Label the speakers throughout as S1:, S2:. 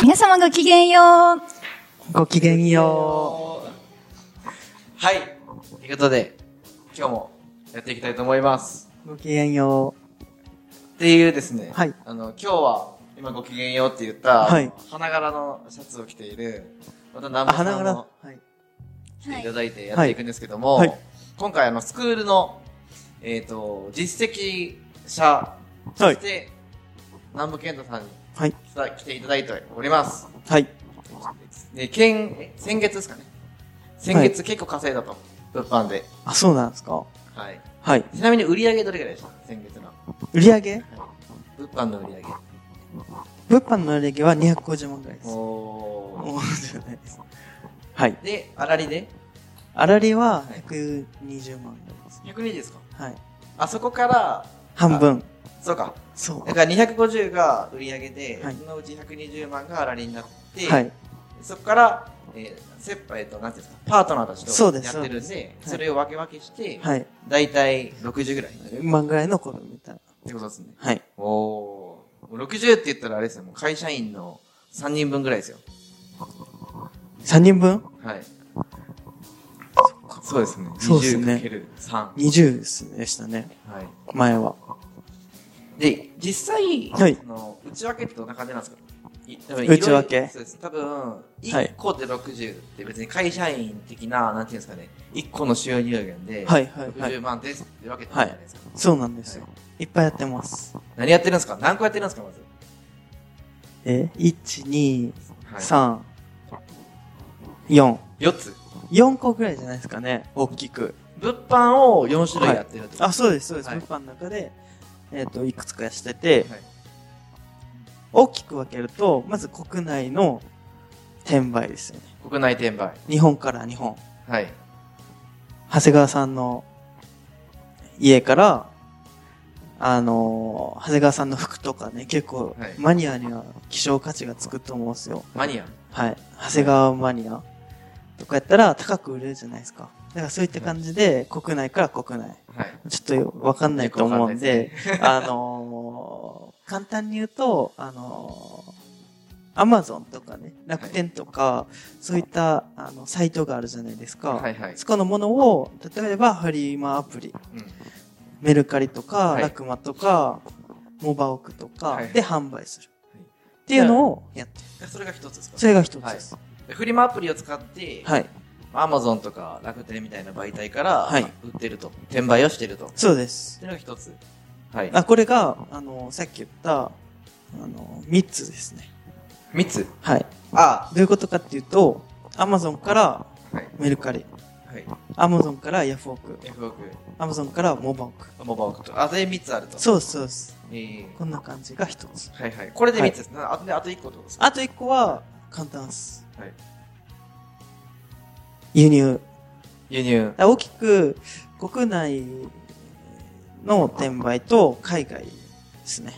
S1: 皆様ごきげんよう。
S2: ごきげんよ
S3: はい。ということで、今日もやっていきたいと思います。
S2: う。ごきげんよ
S3: っていうですね、
S2: はい
S3: あの、今日は、今ごきげんようって言った、
S2: はい
S3: 花柄のシャツを着ている、また
S2: う。
S3: 南
S2: あ、
S3: 部
S2: 花
S3: さん
S2: 柄。
S3: も
S2: はい。
S3: 来ていただいてやっていくんですけども、
S2: はいはい
S3: 今回あの、スクールの、えっ、と、実績者として、南部健太さんに
S2: はい。
S3: 来た来ていただいております。
S2: はい。
S3: で、けん先月ですかね。先月結構稼いだと、物販で。
S2: あ、そうなんですか
S3: はい。
S2: はい。
S3: ちなみに売り上げどれぐらいでした先月の。
S2: 売り上げ
S3: 物販の売り上げ。
S2: 物販の売り上げは250万ぐらいです。
S3: お
S2: もうじゃないです。はい。
S3: で、あらりで
S2: あらりは120万ぐらいです。
S3: ?120 ですか
S2: はい。
S3: あそこから、
S2: 半分。
S3: そうか。
S2: そ
S3: だから250が売り上げで、
S2: はい
S3: そのうち120万があらりになって、
S2: う。はい。
S3: そこから、えー、せっぱえっと、なんていうんですか、パートナーたち
S2: そう
S3: と
S2: です
S3: やってるんで、そ
S2: す
S3: れを分け分けして、
S2: はい。
S3: だいたい60ぐらいっ
S2: 万ぐらいの頃みたいな。
S3: てことですね。
S2: はい。
S3: おー。60って言ったらあれですよ、もう会社員の3人分ぐらいですよ。
S2: 3人分
S3: はい。そうですね。
S2: そうですね
S3: 20×3。は
S2: ?20 ですでしたね。
S3: い。
S2: 前は。
S3: で、実際、
S2: はい
S3: その内訳ってどんな感じなんですかい多分
S2: 内訳
S3: いろいろそうです。多分、1個で60って別に会社員的な、なんていうんですかね、1個の収入源で、
S2: はいはいはい
S3: 60万ですってわけじゃないですか。
S2: そうなんですよ。いっぱいやってます。
S3: 何やってるんですか何個やってるんですかまず。
S2: え、1、2、
S3: はい、
S2: 3、4。
S3: 4つ。
S2: 4個ぐらいじゃないですかね。大きく。
S3: 物販を4種類やってるってこと
S2: あ、そうです、そうです。
S3: はい
S2: 物販の中で、えっ、と、いくつかしてて、
S3: はい
S2: 大きく分けると、まず国内の転売ですよね。
S3: 国内転売。
S2: 日本から日本。
S3: はい。
S2: 長谷川さんの家から、あのー長谷川さんの服とかね、結構、
S3: はい
S2: マニアには希少価値がつくと思うんですよ。
S3: マニア。
S2: はい。長谷川マニアとかやったら高く売れるじゃないですか。だからそういった感じで、国内から国内。
S3: はい。
S2: ちょっとわかんないと思うんで、あのー簡単に言うと、あのー、アマゾンとかね、楽天とか、そういった、あの、サイトがあるじゃないですか。
S3: はいはい。
S2: そこのものを、例えば、ハリーマアプリ、
S3: うん
S2: メルカリとか、
S3: はい
S2: ラクマとか、モバオクとか
S3: はい
S2: で販売する。
S3: はい
S2: っていうのをやってる。
S3: それが一つですか
S2: それが一つです。
S3: フリマアプリを使って、
S2: はい。
S3: アマゾンとか楽天みたいな媒体から
S2: はい
S3: 売ってると、転売をしてると。っ
S2: そうです。
S3: ていうのが一つ。はい。
S2: あ、これが、あの、さっき言った、あの、三つですね。
S3: 三つ。
S2: はい。
S3: あ
S2: どういうことかっていうと、アマゾンから
S3: はい。
S2: メルカリ、
S3: はい。
S2: アマゾンからヤフオク、
S3: F 億、
S2: アマゾンからモバオク。
S3: モバオクと。あ、で三つあると。
S2: そうですそうです。
S3: えー
S2: こんな感じが一つ。
S3: はいはい。これで三つですね。あであと一個ってことですか
S2: あと一個は簡単です。
S3: はい。
S2: 輸入。
S3: 輸入
S2: だ。から大きく国内の転売と海外ですね。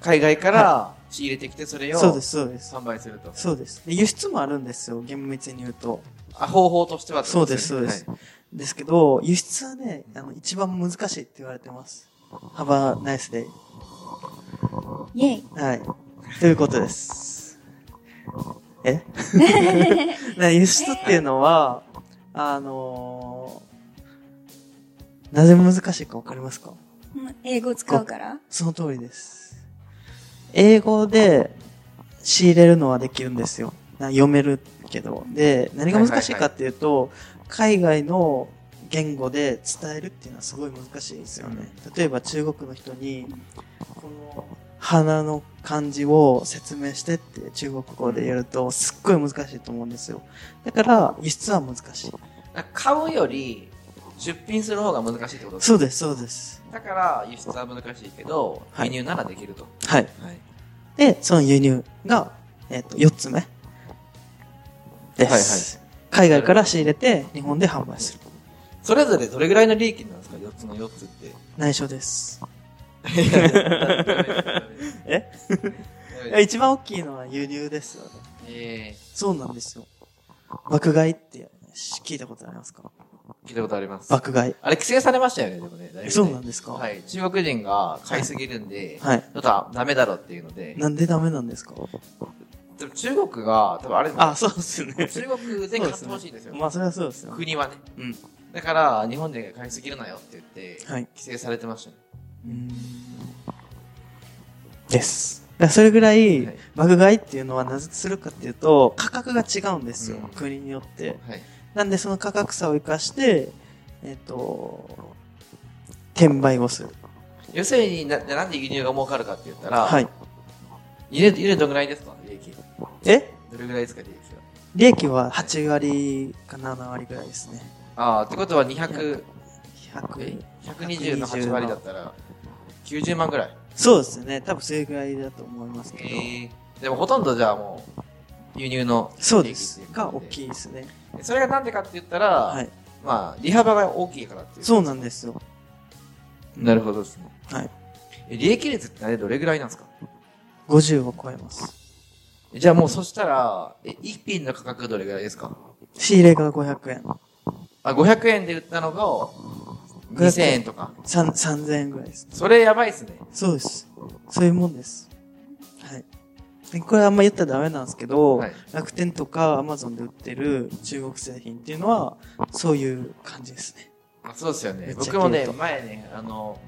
S3: 海外から仕入れてきて、それを
S2: そうです、そうです。
S3: 販売すると。
S2: そうです。で輸出もあるんですよ、厳密に言うと。
S3: あ、方法としてはってこと
S2: そうです
S3: ね
S2: ですけど、輸出はね、あの、一番難しいって言われてます。幅ナイスで。
S1: イェイ。
S2: はい。ということです。えな輸出っていうのは、あのーなぜ難しいかわかりますか
S1: うん英語使うから
S2: その通りです。英語で仕入れるのはできるんですよ。な読めるけど。で、何が難しいかっていうと、海外の言語で伝えるっていうのはすごい難しいですよね。例えば中国の人に、この花の漢字を説明してって中国語でやるとすっごい難しいと思うんですよ。だから輸出は難しい。
S3: はい。買うより出品する方が難しいってことです
S2: そうです、そうです。
S3: だから輸出は難しいけど、
S2: は
S3: 輸
S2: い
S3: 入ならできると。
S2: はい。
S3: はい。
S2: で、その輸入が、えっ、と、4つ目です。海外から仕入れて、日本で販売する。
S3: それぞれどれぐらいの利益なんですか ?4 つの4つ って。
S2: 内緒です。
S3: え
S2: 一番大きいのは輸入ですよね。
S3: え
S2: そうなんですよ。爆買いって聞いたことありますか
S3: ー、聞いたことあります。
S2: 爆買い。
S3: あれ、規制されましたよね、でもね。だいぶね
S2: そうなんですか
S3: はい。中国人が買いすぎるんで、
S2: はい。
S3: ちょっとダメだろっていうので、
S2: なんでダメなんですか
S3: でも中国が、多分あれ
S2: あ、 そうですね。
S3: 中国で買ってほしいんですよ。
S2: まあ、それはそうですよ。
S3: 国はね。
S2: うん。
S3: だから、日本で買いすぎるなよって言って、
S2: はい
S3: 規制されてましたね。
S2: です。だからそれぐらい、
S3: はい
S2: 爆買いっていうのはなぜするかっていうと、価格が違うんですよ、
S3: うん
S2: 国によって。
S3: はい。
S2: なんでその価格差を生かして、えっ、と、転売をする。
S3: 要するにな、なんで輸入が儲かるかって言ったら、
S2: はい。
S3: 入れ、入れどのぐらいですか利益。
S2: え
S3: どれぐらいですか利益は。
S2: 利益は8割か7割ぐらいですね。
S3: ああ、ってことは200、
S2: 100
S3: え ?120 の8割だったら、90万ぐらい。
S2: そうですね。多分それぐらいだと思いますけど。
S3: えー、でもほとんどじゃあもう、輸入の
S2: そうです
S3: 利益。っていう
S2: が
S3: こ
S2: 大
S3: とで
S2: きいですね。
S3: それがなんでかって言ったら、
S2: はい。
S3: まあ、利幅が大きいからっていう。
S2: そうなんですよ。
S3: なるほどですね。
S2: はい。
S3: え利益率ってあれどれぐらいなんですか
S2: 50を超えます。
S3: じゃあもうそしたら、え一品の価格どれぐらいですか
S2: 仕入れが500円。
S3: あ、500円で売ったのが、2000円とか。
S2: さん3000円ぐらいです。
S3: それやばいっすね。
S2: そうです。そういうもんです。はい。でこれあんま言ったらダメなんですけど、
S3: はい
S2: 楽天とかアマゾンで売ってる中国製品っていうのは、そういう感じですね。
S3: あそうですよね
S2: め。っちゃ
S3: 僕もね
S2: キュー、ト
S3: 前ね、あの、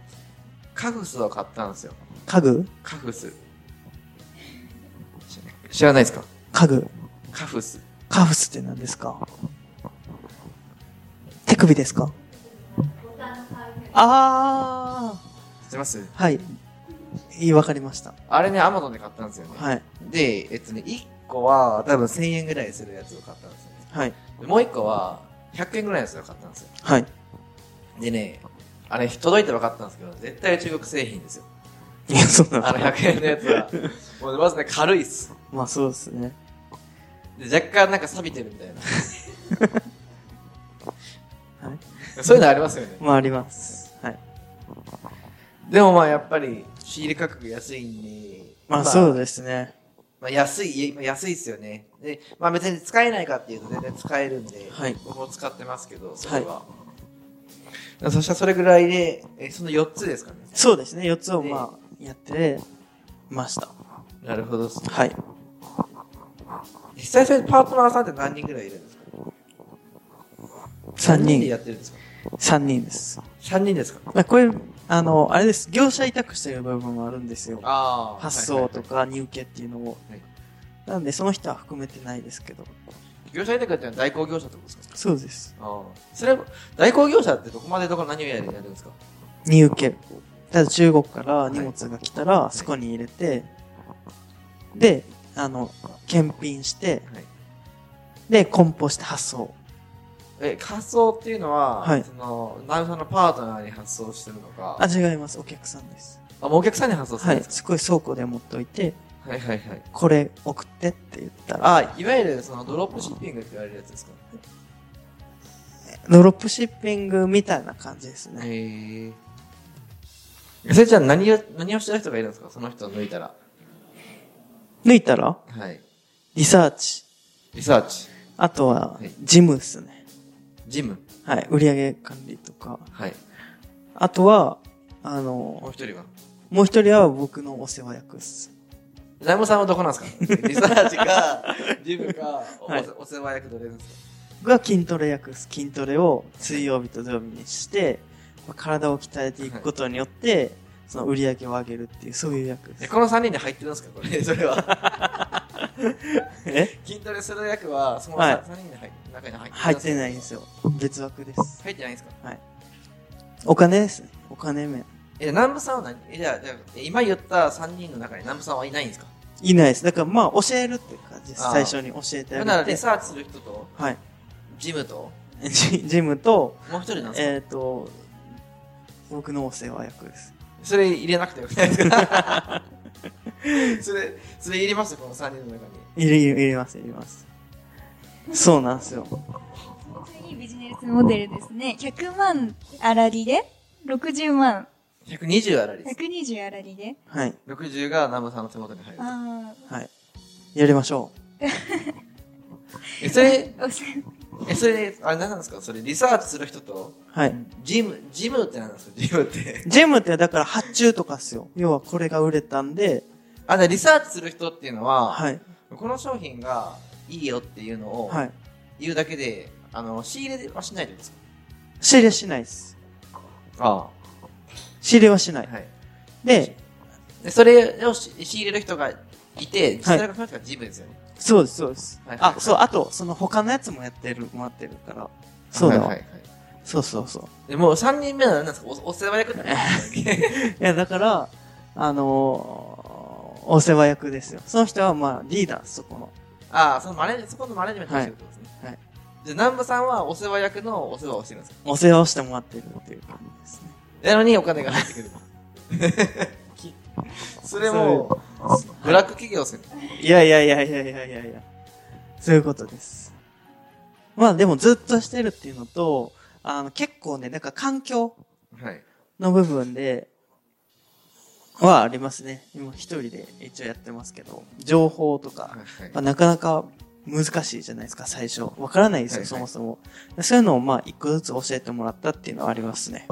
S3: カフスを買ったんですよ。
S2: 家具
S3: カフス。知知らないですか
S2: 家具
S3: カフス。
S2: カフスって何ですか手首ですかあ
S3: 知ってます
S2: あはい。いい、わかりました。
S3: あれね、アマゾンで買ったんですよね。
S2: はい。
S3: で、えっとね、1個は多分1000円ぐらいするやつを買ったんですよね。
S2: はい。
S3: でもう1個は100円ぐらいのやつを買ったんですよ。
S2: はい。
S3: でね、あれ届いて分かったんですけど、絶対中国製品ですよ。
S2: いや、そんな
S3: あの100円のやつ は。もうまずね、軽いっす。
S2: まあそうですね。
S3: で、若干なんか錆びてるみたい
S2: はい。
S3: な。そういうのありますよね。
S2: まああります。はい。
S3: でもまあやっぱり、仕入れ価格が安いんで。
S2: まあそうですね。
S3: まあ安い、いや安いっすよね。で、まあ別に使えないかっていうと全然使えるんで、
S2: はい
S3: 僕も使ってますけど、それは。そしたらそれぐらいで、えその4つですかね。
S2: そうですね。4つをまあやってました。
S3: なるほどっす。
S2: はい。
S3: 実際それパートナーさんって何人ぐらいいるんですか
S2: 3
S3: で
S2: 人
S3: や。ってるんですか
S2: 3人です。
S3: ?3 人ですか
S2: まあこれ、あの、あれです。業者委託してる部分もあるんですよ。
S3: ああ。
S2: 発送とか入受けっていうのを
S3: はい。
S2: なんでその人は含めてないですけど。
S3: 業者委託ってのは代行業者ってことですか
S2: そうです。
S3: ああ。それは、代行業者ってどこまでどこ何をやるやるんですか
S2: 入受け。ただ中国から荷物が来たら、そこに入れて、で、あの、検品して、
S3: はい。
S2: で、梱包して発送。
S3: え、発送っていうのは、
S2: はい
S3: その、ナウさんのパートナーに発送してるのか、
S2: あ、違います。お客さんです。
S3: あ、もうお客さんに発送す
S2: は
S3: るん
S2: い
S3: で。す
S2: すごい倉庫で持っておいて、
S3: か、はい、はいはいはい
S2: これ送ってって言ったら、
S3: あ、いわゆるそのドロップシッピングって言われるやつですか
S2: ドロップシッピングみたいな感じですね。
S3: へえ。それじゃあ何を、何をしてる人がいるんですかその人を抜いたら。
S2: 抜いたら、
S3: はい。
S2: リサーチ。
S3: リサーチ。
S2: あとは
S3: はい、
S2: ジムですね。
S3: ジム。
S2: はい。売上管理とか。
S3: はい。
S2: あとは、あ
S3: もう
S2: の、
S3: 一人は。
S2: もう一人は僕のお世話役っす。
S3: ナイモさんはどこなんですか リサーチか、 ジムか、お,、
S2: はい
S3: お世話役どれですか
S2: 僕は筋トレ役っす。筋トレを水曜日と土曜日にして、まあ体を鍛えていくことによって、その売り上げを上げるっていう、そういう役で
S3: え
S2: す。
S3: この3人で入ってるんですかこれ、それは。
S2: え
S3: 筋トレする役は、その
S2: はい
S3: 3人で入って、中に入って
S2: 入ってないんです
S3: よ。
S2: よ。別枠です。
S3: 入ってないんですか
S2: お金ですね。お金面。
S3: え、南部さんは何え、じゃあ、じゃあえ今言った3人の中に南部さんはいないんですか
S2: いないです。だからまあ教えるって感じです。
S3: あー
S2: 最初に教えて
S3: だか
S2: あ
S3: ら
S2: げ
S3: リ
S2: て。
S3: サーチする人と、
S2: はい。
S3: ジムと、
S2: ジジムと、
S3: もう一人なんですか、
S2: えっ、と、僕のお世話役です。
S3: それ入れなくてよくないです かそれ、それ入れました、この3人の中に。
S2: 入れ、入れ入れます、入れます。そうなんですよ。
S1: 本当にいいビジネスモデルですね。100万あらりで、60万、
S3: 120あらりです。
S1: 120あらりで。
S2: はい。
S3: 60が南部さんの手元に入る。
S1: あ
S2: はい。やりましょ
S3: え、それ、
S1: あ、おせ
S3: え、それ、あれ何なんですかそれリサーチする人と、
S2: う。はい。
S3: ジム、ジムって何なんですかジムって。
S2: ジムってだから発注とかっすよ。要はこれが売れたんで、
S3: あ、じゃあリサーチする人っていうのは、
S2: はい。
S3: この商品がいいよっていうのを
S2: はい。
S3: 言うだけで、あの、仕入れはしないじゃないです
S2: 仕入れしないです。
S3: か。あ
S2: 仕入れはしない。
S3: はい。
S2: で、
S3: で、それをし仕入れる人がいて、実際がその人が自分ですよね。
S2: そうです、そうです。
S3: はい
S2: あ、そう、あと、その他のやつもやってる、もらってるから。そうだわ。
S3: はいはいはい
S2: そうそうそう。
S3: でもう3人目は何なんですかおお世話役って ことですよね
S2: いや、だから、あのーお世話役ですよ。その人は、まあ、リーダー、そこの。
S3: ああ、そのマネージそこのマネージメントをしてるってことですね。
S2: はいはい。
S3: で、南部さんはお世話役のお世話をしてるんですか
S2: お世話をしてもらってるっていう感じですね。
S3: なのにお金が入って くる。きそれも、ブラック企業ですよね。
S2: いやいやいやいやいやいやいや。そういうことです。まあ、でもずっとしてるっていうのと、あの、結構ね、なんか環境
S3: はい。
S2: の部分で、はありますね。今一人で一応やってますけど、情報とか、まあ、なかなか難しいじゃないですか、最初。わからないですよ、
S3: はい
S2: そ
S3: はい
S2: もそも。そういうのを、まあ、一個ずつ教えてもらったっていうのはありますね。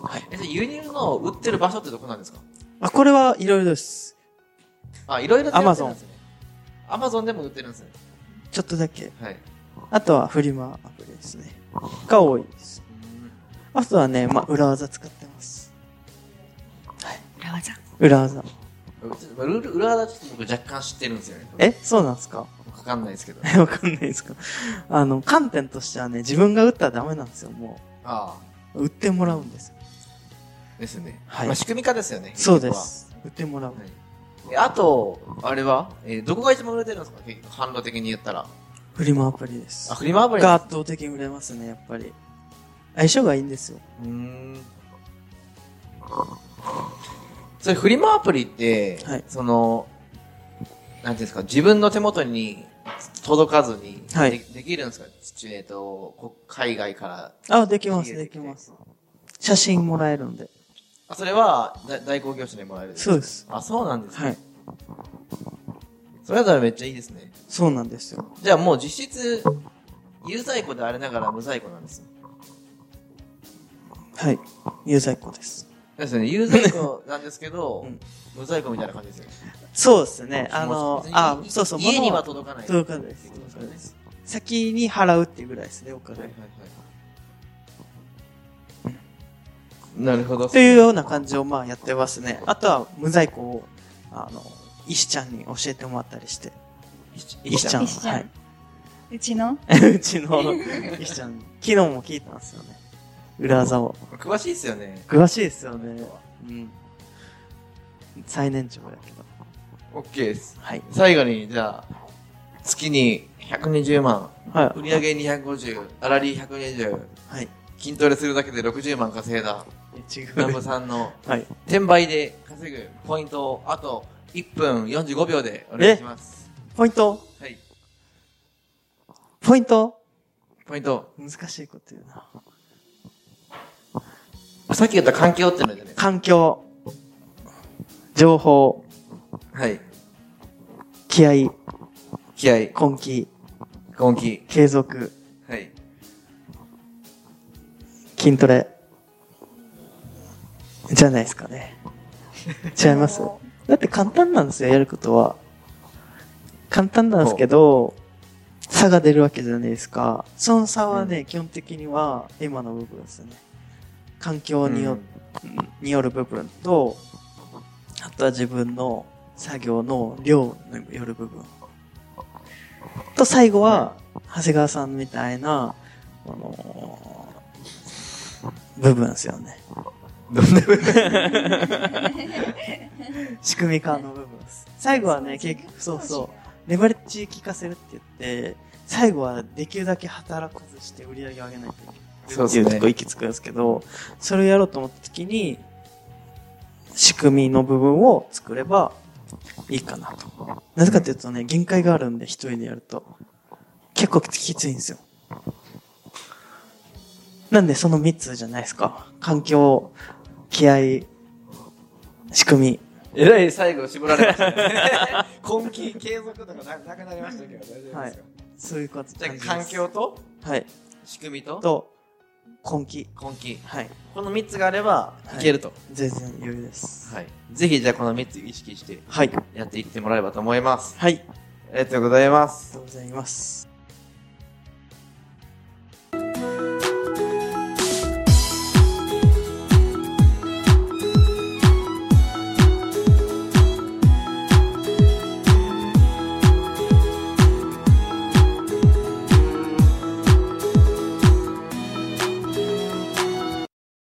S3: はい。え、じゃあ輸入の売ってる場所ってどこなんですか
S2: まあ、これはいろいろです。
S3: あ、いろいろ
S2: Amazon
S3: アマゾンでも売ってるんですね。
S2: ちょっとだけ。
S3: はい。
S2: あとは、フリマアプリですね。が多いです。あとはね、まあ、裏技使ってます。
S1: 裏技。
S2: 裏技。
S3: うんちょっとルール裏技ちょっと僕若干知ってるんですよね。
S2: えそうなんですか
S3: わかんないですけど。
S2: わかんないですかあの、観点としてはね、自分が打ったらダメなんですよ、も
S3: ああ。
S2: う。売ってもらうんですよ。
S3: ですね。
S2: はい
S3: まあ仕組み化ですよね。
S2: そうで
S3: 結局は。
S2: す。売ってもらう。
S3: はいえあと、あれは、えーどこが一番売れてるんですか結局、販路的に言ったら。
S2: フリマアプリです
S3: あ、。フリマアプリ
S2: が圧倒的に売れますね、やっぱり。相性がいいんですよ。
S3: うーん。それ、フリマアプリって、
S2: はい
S3: その、なんていうんですか、自分の手元に届かずに、
S2: はい
S3: でできるんですかちえっと、こ海外から。
S2: あ、できます、
S3: 家
S2: で
S3: で
S2: きます。写真もらえるんで。
S3: あ、それは、だ代行業者にもらえるん
S2: そうです。
S3: あ、そうなんですね。
S2: はい。
S3: それだったらめっちゃいいですね。
S2: そうなんですよ。
S3: じゃあもう実質、有在庫であれながら無在庫なんですね。
S2: はい。有罪庫です。
S3: ですね、有罪 庫なんですけど、
S2: うん
S3: 無在庫みたいな感じですよね。
S2: そうですね。あ
S3: も
S2: の
S3: 別、に
S2: あ、そうそう、
S3: 家には
S2: 物
S3: 届かない。
S2: 届かないです
S3: ってこと
S2: 届かないで
S3: ですす
S2: 先に払うっていうぐらいですね、お
S3: よね。
S2: 金。
S3: なるほど。
S2: というような感じをまあやってますね。あとは無在庫を、あの、石ちゃんに教えてもらったりして。 石ちゃん。
S1: 石ちゃん
S2: はいう
S1: ちの
S2: うちの 石ちゃんに。昨日も聞いたんですよね。裏技を。
S3: 詳しいですよね。
S2: 詳しいですよね。うん。最年長やけど。
S3: OK です。
S2: はい。
S3: 最後に、じゃあ、月に120万、
S2: は
S3: 売り上げ250、アラリー120、
S2: い。はい。
S3: 筋トレするだけで60万稼いだ、
S2: 違
S3: 南部さ んの
S2: はい。
S3: 転売で稼ぐポイントをあと1分45秒でお願いします。
S2: ポイント
S3: はい。
S2: ポイント
S3: ポイント。
S2: 難しいこと言うな。
S3: さっき言った環境ってのじゃないですか。
S2: 環境、情報、
S3: はい。
S2: 気合、
S3: 気合、
S2: 根気、
S3: 根気。
S2: 継続、
S3: はい。
S2: 筋トレ。じゃないですかね。違いますだって簡単なんですよ、やることは。簡単なんですけど、差が出るわけじゃないですか。その差はね、基本的には今の部分ですね。環境によ,、による部分と、あとは自分の作業の量による部分。と、最後は、長谷川さんみたいな、あのー部分ですよね。
S3: どんな
S2: 仕組み化の部分です。最後はね、結局、そうそう、レバレッジ効かせるって言って、最後はできるだけ働かずして売り上げを上げないといけない。
S3: そう
S2: っていうとこ行き着くんですけど、それをやろうと思った時に、仕組みの部分を作ればいいかなと。なぜかというとね、限界があるんで、一人でやると。結構きついんですよ。なんで、その3つじゃないですか。環境、気合、仕組み。
S3: えらい最後絞られましたね。 根気継続とかななくなりましたけど、大丈夫ですか、
S2: そういうこと
S3: じゃあ環境と
S2: はい。
S3: 仕組みと
S2: と、根気。
S3: 根気。
S2: はい。
S3: この3つがあれば
S2: はい
S3: いけると。
S2: 全然余裕です。
S3: はい。ぜひじゃあこの3つ意識して
S2: はい。
S3: やっていってもらえればと思います。
S2: はい。
S3: ありがとうございます。
S2: とうございます。